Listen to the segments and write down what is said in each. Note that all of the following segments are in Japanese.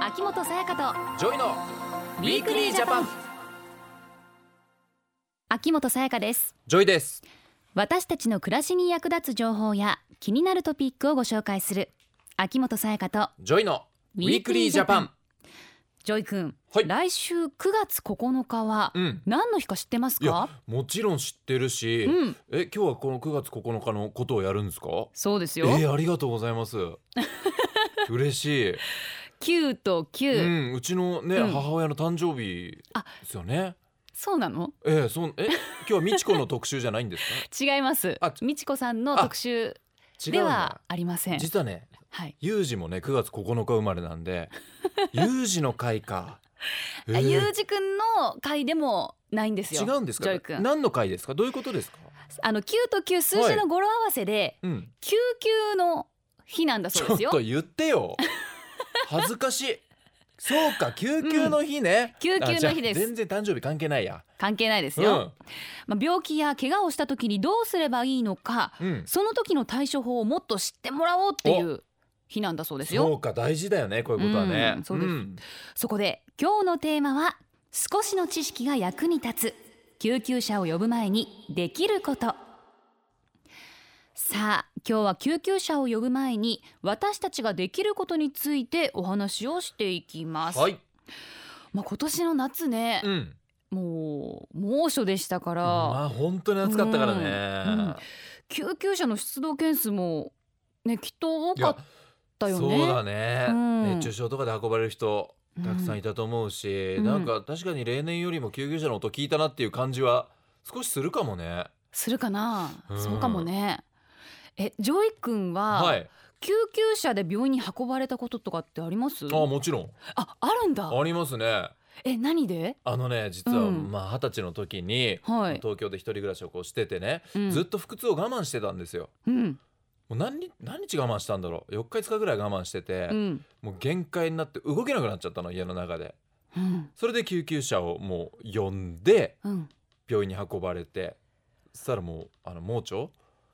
秋元さやかとジョイのウィークリージャパン秋元さやかですジョイです私たちの暮らしに役立つ情報や気になるトピックをご紹介する秋元さやかとジョイのウィークリージャパンジョイ君、はい来週9月9日はうん何の日か知ってますいやかもちろん知ってるし、うんえ今日はこの9月9日のことをやるんですかそうですえよ、ー、ありがとうございます 嬉しい、 9とう9、ん、うちのね、うん母親の誕生日あですよねそうなのえー、そんえ 今日は美智子の特集じゃないんです違いますあ美智子さんのあ特集 か違でうはなありません実はねはいユージもね9月9日生まれなん でユージの会か、えあーゆうじくんの回でもないんですよ違うんですかジョイ君何の会ですかどういうことですかあの9と9数字の語呂合わせでうん救急の日なんだちそうょでっすよと言っ てよ恥ずかしいそうか救急の日ね、うん救急の日ですあじゃあ全然誕生日関係ないや関係ないですうよ、んまあ、病気や怪我をした時にどうすればいいのかうんその時の対処法をもっと知ってもらおうっていう日なんだそうですそようか大事だよねこういうことはね、うんそうですんそこで今日のテーマは少しの知識が役に立つ救急車を呼ぶ前にできることさあ今日は救急車を呼ぶ前に私たちができることについてお話をしていきます、はい、まあ今年の夏ねう、ん、もう猛暑でしたから、まあ本当に暑かったからね、うんうん救急車の出動件数もねきっと多かったよそうだね。ね、うん熱中症とかで運ばれる人たくさんいたと思うし、うんなんか確かに例年よりも救急車の音聞いたなっていう感じは少しするかもねするかな、うんそうかもね。えジョイ君は、はい救急車で病院に運ばれたこととかってあります？あもちろんああるんだ。ありますねえ何で？あのね実はうんまあ二十歳の時に、はい。東京で一人暮らしをこうしててね、うんずっと腹痛を我慢してたんですようんもう何日何日我慢したんだろう4日5日ぐらい我慢してて、うんもう限界になって動けなくなっちゃったの家の中でうんそれで救急車をもう呼んでうん病院に運ばれてそしたらもうあの盲腸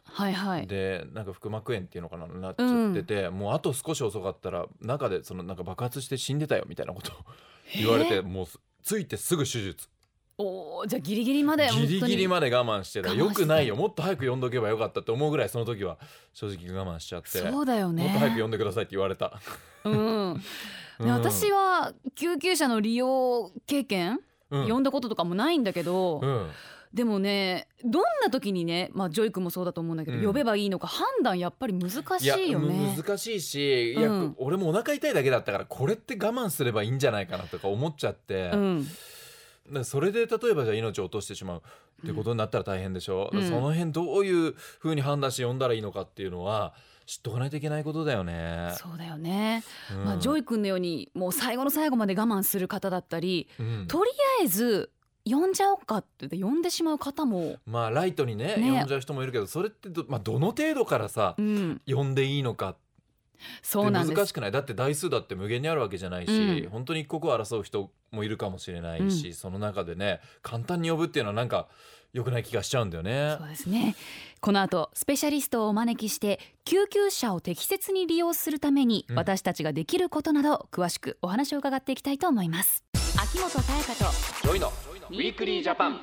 はいはい。でなんか腹膜炎っていうのかななっちゃってて、もうあと少し遅かったら中でそのなんか爆発して死んでたよみたいなことを言われて、えー。もうすついてすぐ手術おーじゃあギリギリまでギリギリままで我慢してた我慢してよくないよもっと早く呼んどけばよかったって思うぐらいその時は正直我慢しちゃって、そうだよもっと早くね。呼んでくださいって言われた、うん。うでん私は救急車の利用経験、うん呼んだこととかもないんだけど、うんでもねどんな時にね、まあ、ジョイ君もそうだと思うんだけど、うん呼べばいいのか判断やっぱり難しいやいよね。難しいしいや、うん俺もお腹痛いだけだったからこれって我慢すればいいんじゃないかなとか思っちゃって、うん、でそれで例えばじゃあ命を落としてしまうってことになったら大変でしょ、うんだからその辺どういうふうに判断して呼んだらいいのかっていうのは知っとかないといけないことだよね。そうだよね、うんまあ、ジョイ君のようにもう最後の最後まで我慢する方だったりうんとりあえず呼んじゃおうかって言って呼んでしまう方も、まあライトにねね呼んじゃう人もいるけどそれってど,、まあ、どの程度からさうん、呼んでいいのかってそうなんで難すしくないだって台数だって無限にあるわけじゃないし、うん本当に一刻を争う人もいるかもしれないし、その中でね簡単に呼ぶっていうのはなんか良くない気がしちゃうんだよねそう。ですねこの後スペシャリストをお招きして救急車を適切に利用するためにうん私たちができることなど詳しくお話を伺っていきたいと思います、秋元彩香とジョイのウィークリージャパン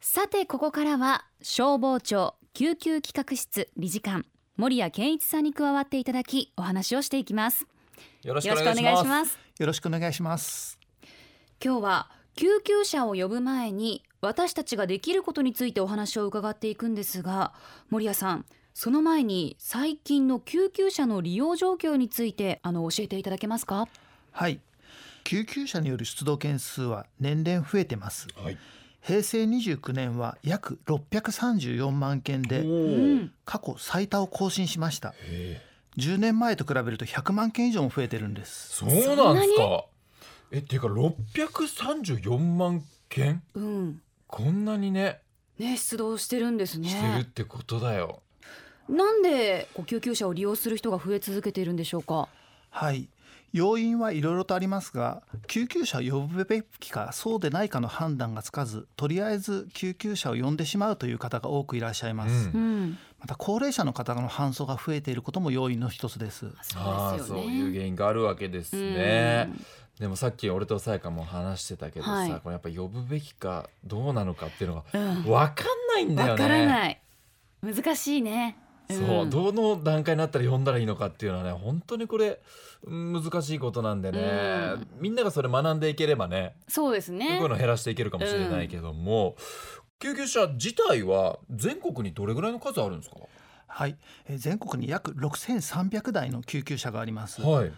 さてここからは消防庁救急企画室理事官森谷健一さんに加わっていただきお話をしていきますよろしよくろおしくお願願いいししまますすよろしくお願いします。今日は救急車を呼ぶ前に私たちができることについてお話を伺っていくんですが森谷さんその前に最近の救急車の利用状況についてあの教えていただけますかはい。救急車による出動件数は年々増えてます。はい平成29年は約634万件でうん過去最多を更新しました。10年前と比べると100万件以上も増えてるんです。そうなんですかえっていうか634万件うんこんなにねね出動してるんですしてるねってことだよ。なんでこう救急車を利用する人が増え続けているんでしょうかはい。要因はいろいろとありますが救急車を呼ぶべきかそうでないかの判断がつかずとりあえず救急車を呼んでしまうという方が多くいらっしゃいます、うんうんまた高齢者の方の搬送が増えていることも要因の一つです。あそうあですよそうね。いう原因があるわけですね。でもさっき俺とさやかも話してたけどさ、はいこれやっぱ呼ぶべきかどうなのかっていうのうん。うんが分かんないんだよね。わからない。難しいね。そう、んどの段階になったら呼んだらいいのかっていうのはね本当にこれうん難しいことなんでね、うんみんながそれ学んでいければねそうですこういねう。の減らしていけるかもしれないけども、救急車自体は全国にどれぐらいの数あるんですか、はい、えー全国に約6300台の救急車があります。はい、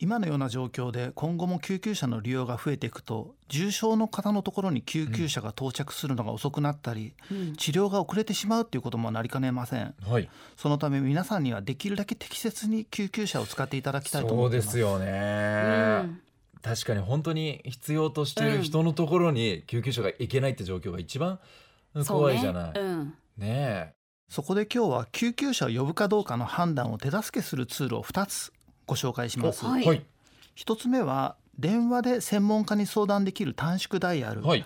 今のような状況で今後も救急車の利用が増えていくと重症の方のところに救急車が到着するのが遅くなったり、うん治療が遅れてしまうということもなりかねませんはい、そのため皆さんにはできるだけ適切に救急車を使っていただきたいとそ思うっていでますすよね、うん確かに本当に必要としていうるん人のところに救急車が行けないって状況が一番怖いじゃない。そうねねうんえそこで今日は救急車を呼ぶかどうかの判断を手助けするツールを2つご紹介しますおはいはい1つ目は電話で専門家に相談できる短縮ダイヤル、はい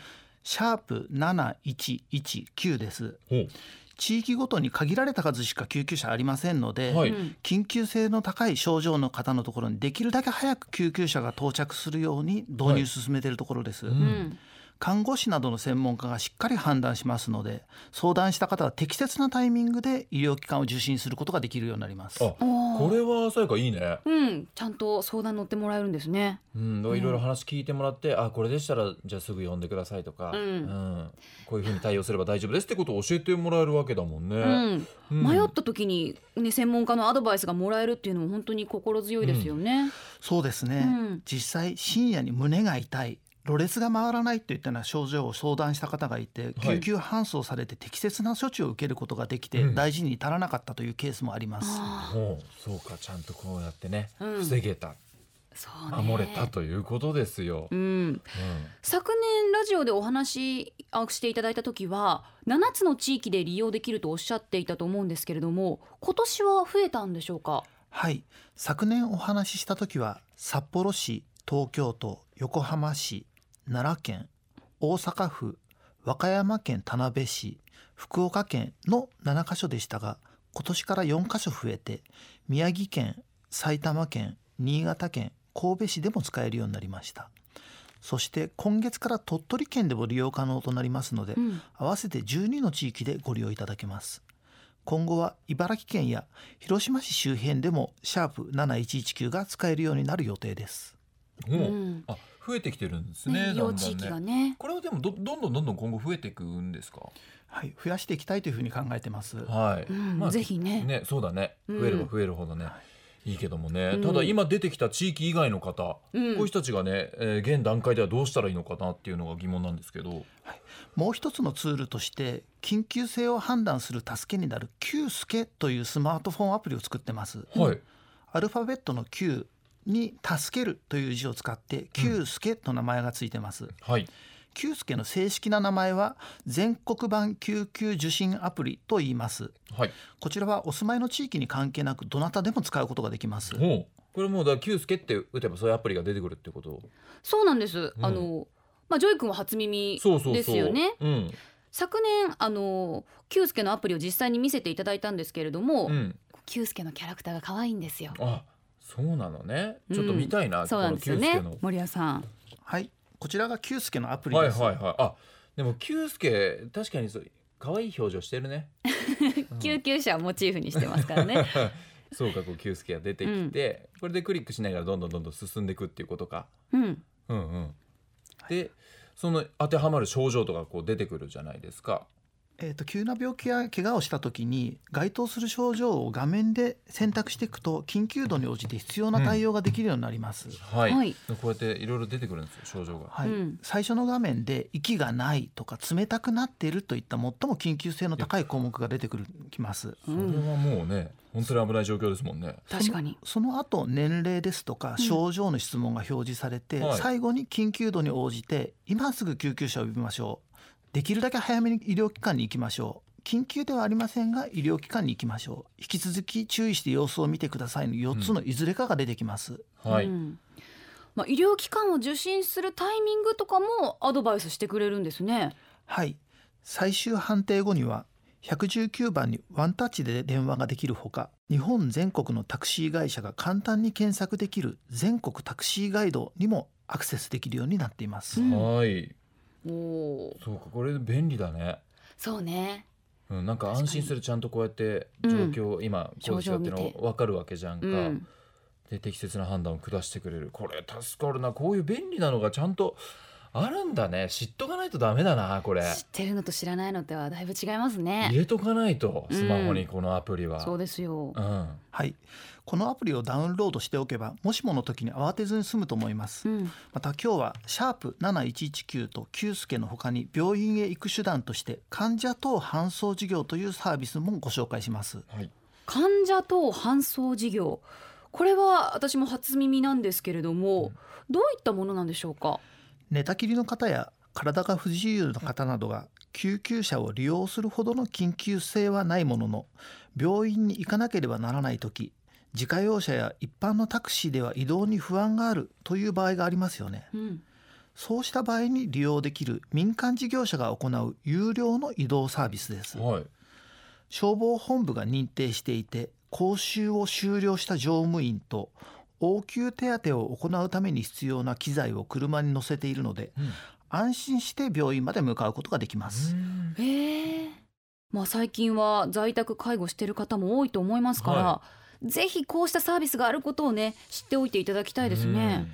シャープ7119ですほう地域ごとに限られた数しか救急車ありませんので、はいうん緊急性の高い症状の方のところにできるだけ早く救急車が到着するように導は入いを進めているところです、うんうん看護師などの専門家がしっかり判断しますので相談した方は適切なタイミングで医療機関を受診することができるようになりますあおーこれはさやかいいね。うん、ちゃんと相談乗ってもらえるんですね。うん、だからいろいろ話聞いてもらって、あこれでしたらじゃあすぐ呼んでくださいとか、うんんこういうふうに対応すれば大丈夫ですってことを教えてもらえるわけだもんね。うん、うん迷った時に、ね、専門家のアドバイスがもらえるっていうのも本当に心強いですよね。そうですうね、ん、実際深夜に胸が痛いろれつが回らないといったような症状を相談した方がいてはい救急搬送されて適切な処置を受けることができてうん大事に至らなかったというケースもあります、あもうそうかちゃんとこうやってね、うん防げたあ、そうね。守れたということですよ。うん、う昨年ラジオでお話をしていただいた時は7つの地域で利用できるとおっしゃっていたと思うんですけれども今年は増えたんでしょうかはい昨年お話しした時は札幌市東京都横浜市奈良県大阪府和歌山県田辺市福岡県の7カ所でしたが今年から4カ所増えて宮城県埼玉県新潟県神戸市でも使えるようになりましたそして今月から鳥取県でも利用可能となりますので、うん合わせて12の地域でご利用いただけます今後は茨城県や広島市周辺でもシャープ7119が使えるようになる予定ですんもううんあ増えてきてるんですねね。利だ用んだ地ん域ねがねこれはでもどどんどんどんどん今後増えていくんですか。はい増やしていきたいというふうに考えてますはい。うんぜひねねそうだねうん増えれば増えるほどね。いいけどもね、うんただ今出てきた地域以外の方、うんこういう人たちがね、えー現段階ではどうしたらいいのかなっていうのが疑問なんですけど、もう一つのツールとして緊急性を判断する助けになる Q スケというスマートフォンアプリを作ってますはい、アルファベットの Q に助けるという字を使って Q スケと名前がついてます、はい、キュースケの正式な名前は全国版救急受信アプリと言いますはい、こちらはお住まいの地域に関係なくどなたでも使うことができますほう、これもうだからキュースケって打てばそういうアプリが出てくるってこと。そうなんです、うんあのまあジョイ君は初耳そうそうそう。ですよねうん、昨年あのキュースケのアプリを実際に見せていただいたんですけれども、うん、キュースケのキャラクターが可愛いんですよあ、そうなのね。うんちょっと見たいな、そうなんですよこのキュねースケの。森谷さんはいこちらがキュースケのアプリはいではいす、はい。あ、でもキュースケ確かにそう可愛い表情してるね。救急車をモチーフにしてますからねそうかこうキュースケが出てきて、これでクリックしながらどんどんどんどん進んでいくっていうことか。うんうんうん。で、その当てはまる症状とかこう出てくるじゃないですか。えー、と急な病気や怪我をした時に該当する症状を画面で選択していくと緊急度に応じて必要な対応ができるようになります、はい。はいこうやっていろいろ出てくるんですよ症状が。はいうん最初の画面で息がないとか冷たくなっているといった最も緊急性の高い項目が出てくるきますそれはもうね、本当に危ない状況ですもんね。確かにその後年齢ですとか症状の質問が表示されて、はい最後に緊急度に応じて今すぐ救急車を呼びましょうできるだけ早めに医療機関に行きましょう緊急ではありませんが医療機関に行きましょう引き続き注意して様子を見てくださいの4つのいずれかが出てきます、はい。うんまあ、医療機関を受診するタイミングとかもアドバイスしてくれるんですね。はい最終判定後には119番にワンタッチで電話ができるほか日本全国のタクシー会社が簡単に検索できる全国タクシーガイドにもアクセスできるようになっています、うんはいおおそうかこれ便利だね、そうねうん、なんか確かに安心するちゃんとこうやってう状ん況、今こうですよってい症状うの見て分かるわけじゃんか、うんで適切な判断を下してくれるこれ助かるなこういう便利なのがちゃんとあるんだね知っとかないとダメだなこれ知ってるのと知らないのってはだいぶ違います入ねれとかないとうんスマホにこのアプリは、そうですようんはい、このアプリをダウンロードしておけばもしもの時に慌てずに済むと思います、うんまた今日はシャープ7119と9助の他に病院へ行く手段として患者等搬送事業というサービスもご紹介しますはい、患者等搬送事業これは私も初耳なんですけれども、どういったものなんでしょうか寝たきりの方や体が不自由な方などが救急車を利用するほどの緊急性はないものの病院に行かなければならない時自家用車や一般のタクシーでは移動に不安があるという場合がありますよねうん、そうした場合に利用できる民間事業者が行う有料の移動サービスですはい、消防本部が認定していて講習を終了した乗務員と応急手当を行うために必要な機材を車に乗せているので、うん安心して病院まで向かうことができます、えーまあ最近は在宅介護してる方も多いと思いますから、はぜひこうしたサービスがあることをね知っておいていただきたいですね。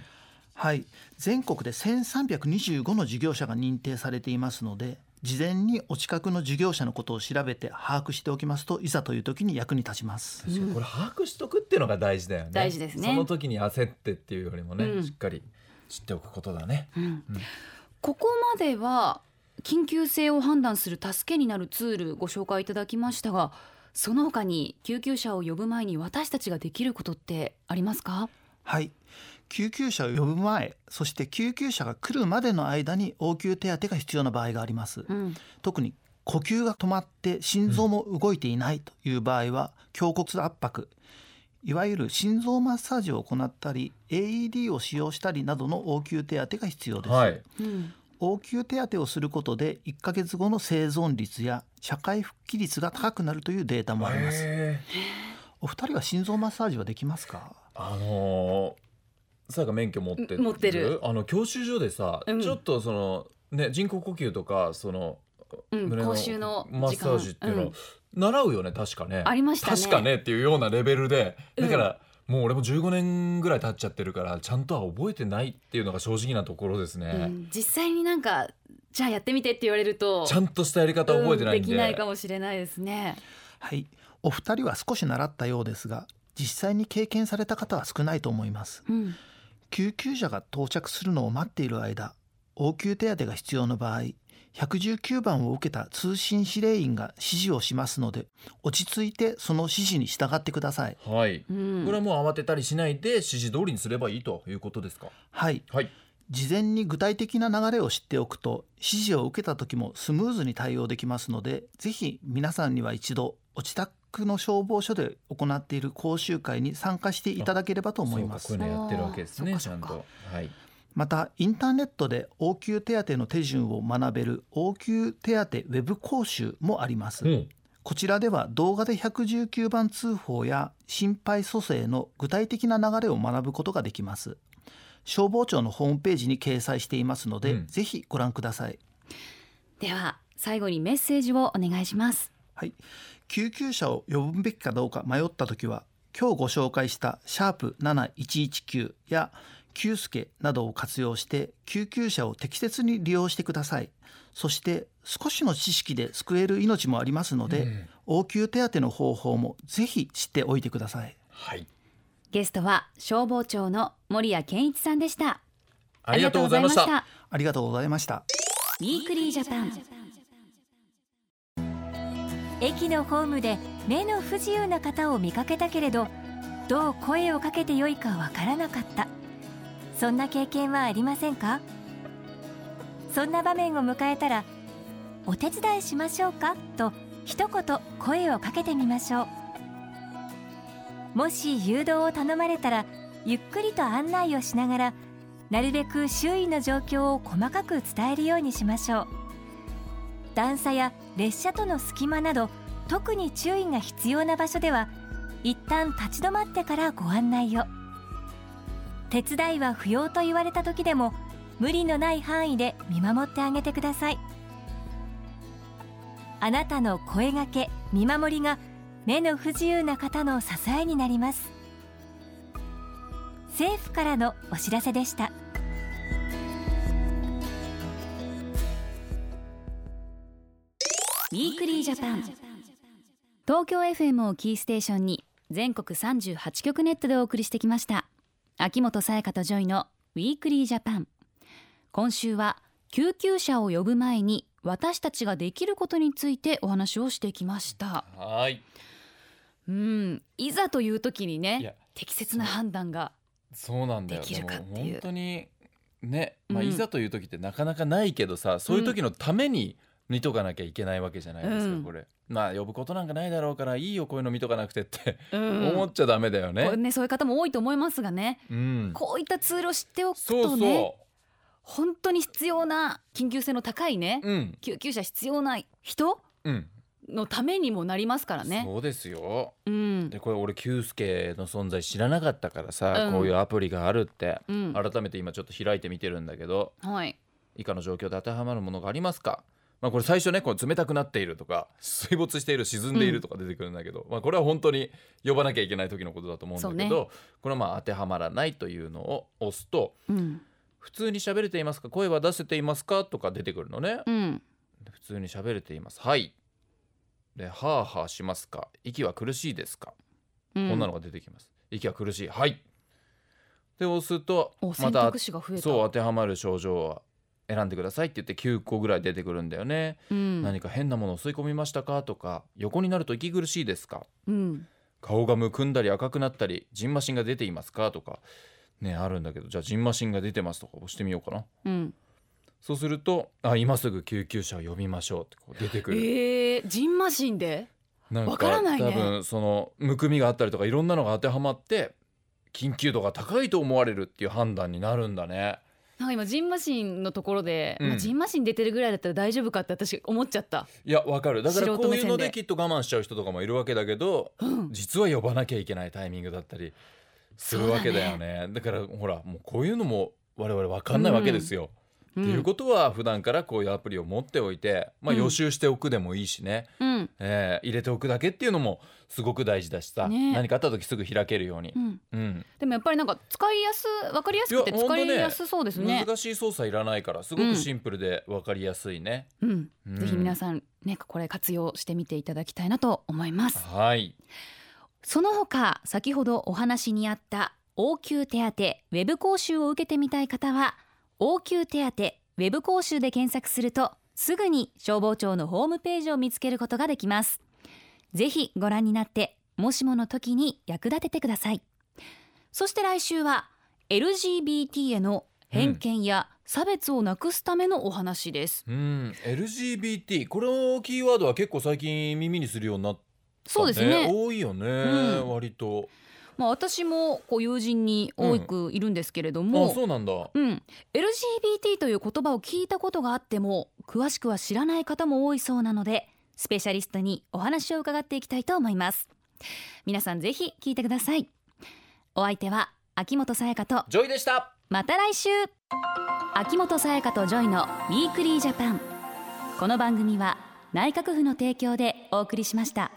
はい全国で1325の事業者が認定されていますので事前にお近くの事業者のことを調べて把握しておきますといざという時に役に立ちますうん確かにこれ把握しとくっていうのが大事だよね大事ですねその時に焦ってっていうよりもね、うんしっかり知っておくことだねうんここまでは緊急性を判断する助けになるツールご紹介いただきましたがその他に救急車を呼ぶ前に私たちができることってありますかはい救急車を呼ぶ前そして救急車が来るまでの間に応急手当が必要な場合があります、うん特に呼吸が止まって心臓も動いていないという場合は胸骨圧迫いわゆる心臓マッサージを行ったり AED を使用したりなどの応急手当が必要です、はいうん応急手当をすることで1ヶ月後の生存率や社会復帰率が高くなるというデータもありますへーお二人は心臓マッサージはできますかあのー、さやか免許持って持ってるあの教習所でさ、うんちょっとそのね人工呼吸とかそのうん、胸の講習の時間マッサージっていうの、うん習うよね確かねありましたね確かねっていうようなレベルでうんだから、もう俺も15年ぐらい経っちゃってるからちゃんとは覚えてないっていうのが正直なところですうね、ん実際になんかじゃあやってみてって言われるとちゃんとしたやり方覚えてないんうで、んできないかもしれないですね。はいお二人は少し習ったようですが実際に経験された方は少ないと思いますうん、救急車が到着するのを待っている間応急手当が必要な場合119番を受けた通信指令員が指示をしますので落ち着いてその指示に従ってくださいはい、うん、これはもう慌てたりしないで指示通りにすればいいということですかはいはい事前に具体的な流れを知っておくと指示を受けた時もスムーズに対応できますのでぜひ皆さんには一度お自宅の消防署で行っている講習会に参加していただければと思いますそうかこういうのやってるわけですあねーちそゃっんかそっとはいまたインターネットで応急手当の手順を学べる応急手当ウェブ講習もあります、うんこちらでは動画で119番通報や心肺蘇生の具体的な流れを学ぶことができます消防庁のホームページに掲載していますので、うんぜひご覧くださいでは最後にメッセージをお願いします。はい、救急車を呼ぶべきかどうか迷った時は今日ご紹介した「シャープ #7119」や「救助」などを活用して救急車を適切に利用してくださいそして少しの知識で救える命もありますので、うん応急手当の方法もぜひ知っておいてくださいはいゲストは消防庁の森谷健一さんでした。ありがとうございましたありがとありがとうございましたうございました。ウィークリージャパン。駅のホームで目の不自由な方を見かけたけれどどう声をかけてよいかわからなかったそんな経験はありませんかそんな場面を迎えたら「お手伝いしましょうか?」と一言声をかけてみましょうもし誘導を頼まれたらゆっくりと案内をしながらなるべく周囲の状況を細かく伝えるようにしましょう段差や列車との隙間など特に注意が必要な場所では一旦立ち止まってからご案内を手伝いは不要と言われた時でも無理のない範囲で見守ってあげてくださいあなたの声がけ見守りが目の不自由な方の支えになります政府からのお知らせでしたウィークリージャパン東京 FM をキーステーションに全国38局ネットでお送りしてきました秋元才加とジョイのウィークリージャパン今週は救急車を呼ぶ前に私たちができることについてお話をしてきましたはいうんいざという時にいねや適切な判断がそうなんだよできるかっていうでも本当にね、まあ、うんいざという時ってなかなかないけどさ、そういう時のために見とかなきゃいけないわけじゃないですか、うんこれまあ呼ぶことなんかないだろうからいいよこういうの見とかなくてってう 思っんちゃダメだよこうね。ねそういう方も多いと思いますがねうん、こういったツールを知っておくとそねうそ本当に必要な緊急性の高いね、う、うん救急車必要な人うんのためにもなりますからね。そうですようん、でこれ俺キュウスケの存在知らなかったからさ、うんこういうアプリがあるってうん、改めて今ちょっと開いてみてるんだけどはい。以下の状況で当てはまるものがありますか、まあ、これ最初ねこう冷たくなっているとか水没している沈んでいるとか出てくるんだけど、まあ、これは本当に呼ばなきゃいけない時のことだと思うんだけそど、これはまあ当てはまらないというのを押すとうん、普通に喋れていますか声は出せていますかとか出てくるのね、うん、普通に喋れていますはいではあはあしますか息は苦しいですかうん。こんなのが出てきます。息が苦しい。はい。で押すとおま選た択肢が増えた。そう当てはまる症状は選んでくださいって言って9個ぐらい出てくるんだよね。うん、何か変なものを吸い込みましたかとか横になると息苦しいですかうん、顔がむくんだり赤くなったりジンマシンが出ていますかとかねあるんだけどじゃあジンマシンが出てますとか押してみようかな。うん。そうするとあ今すぐ救急車を呼びましょうってこう出てくる。ええー、ジンマシンで。なんかわからないね多分そのむくみがあったりとかいろんなのが当てはまって緊急度が高いと思われるっていう判断になるんだね。なんか今ジンマシンのところで、うんまあ、ジンマシン出てるぐらいだったら大丈夫かって私思っちゃった。いやわかるだから素こ人う目い線うでのできっと我慢しちゃう人とかもいるわけだけどうん、実は呼ばなきゃいけないタイミングだったりするわけだよねだからほらもうこういうのも我々わかんないわけですうよ。んっていうことは普段からこういうアプリを持っておいて、まあ、うん予習しておくでもいいしね、うん、えー入れておくだけっていうのもすごく大事だしさ、ね何かあった時すぐ開けるようにう。ん。うんでもやっぱりなんか使いやす、わかりやすくていや使いやすそうですね。難しい操作いらないからすごくシンプルで分かりやすいね、うん、うんぜひ皆さんね、これ活用してみていただきたいなと思います。はいその他先ほどお話にあった応急手当ウェブ講習を受けてみたい方は応急手当ウェブ講習で検索するとすぐに消防庁のホームページを見つけることができますぜひご覧になってもしもの時に役立ててくださいそして来週は LGBT への偏見や差別をなくすためのお話です、うん LGBT これのキーワードは結構最近耳にするようになった、ね、そうですね多いよね、ん割とまあ私もこう友人に多くいるんですけれども、あそうなんだうん、LGBT という言葉を聞いたことがあっても詳しくは知らない方も多いそうなのでスペシャリストにお話を伺っていきたいと思います皆さんぜひ聞いてくださいお相手は秋元才加とジョイでしたまた来週秋元才加とジョイの「ウィークリージャパン」この番組は内閣府の提供でお送りしました。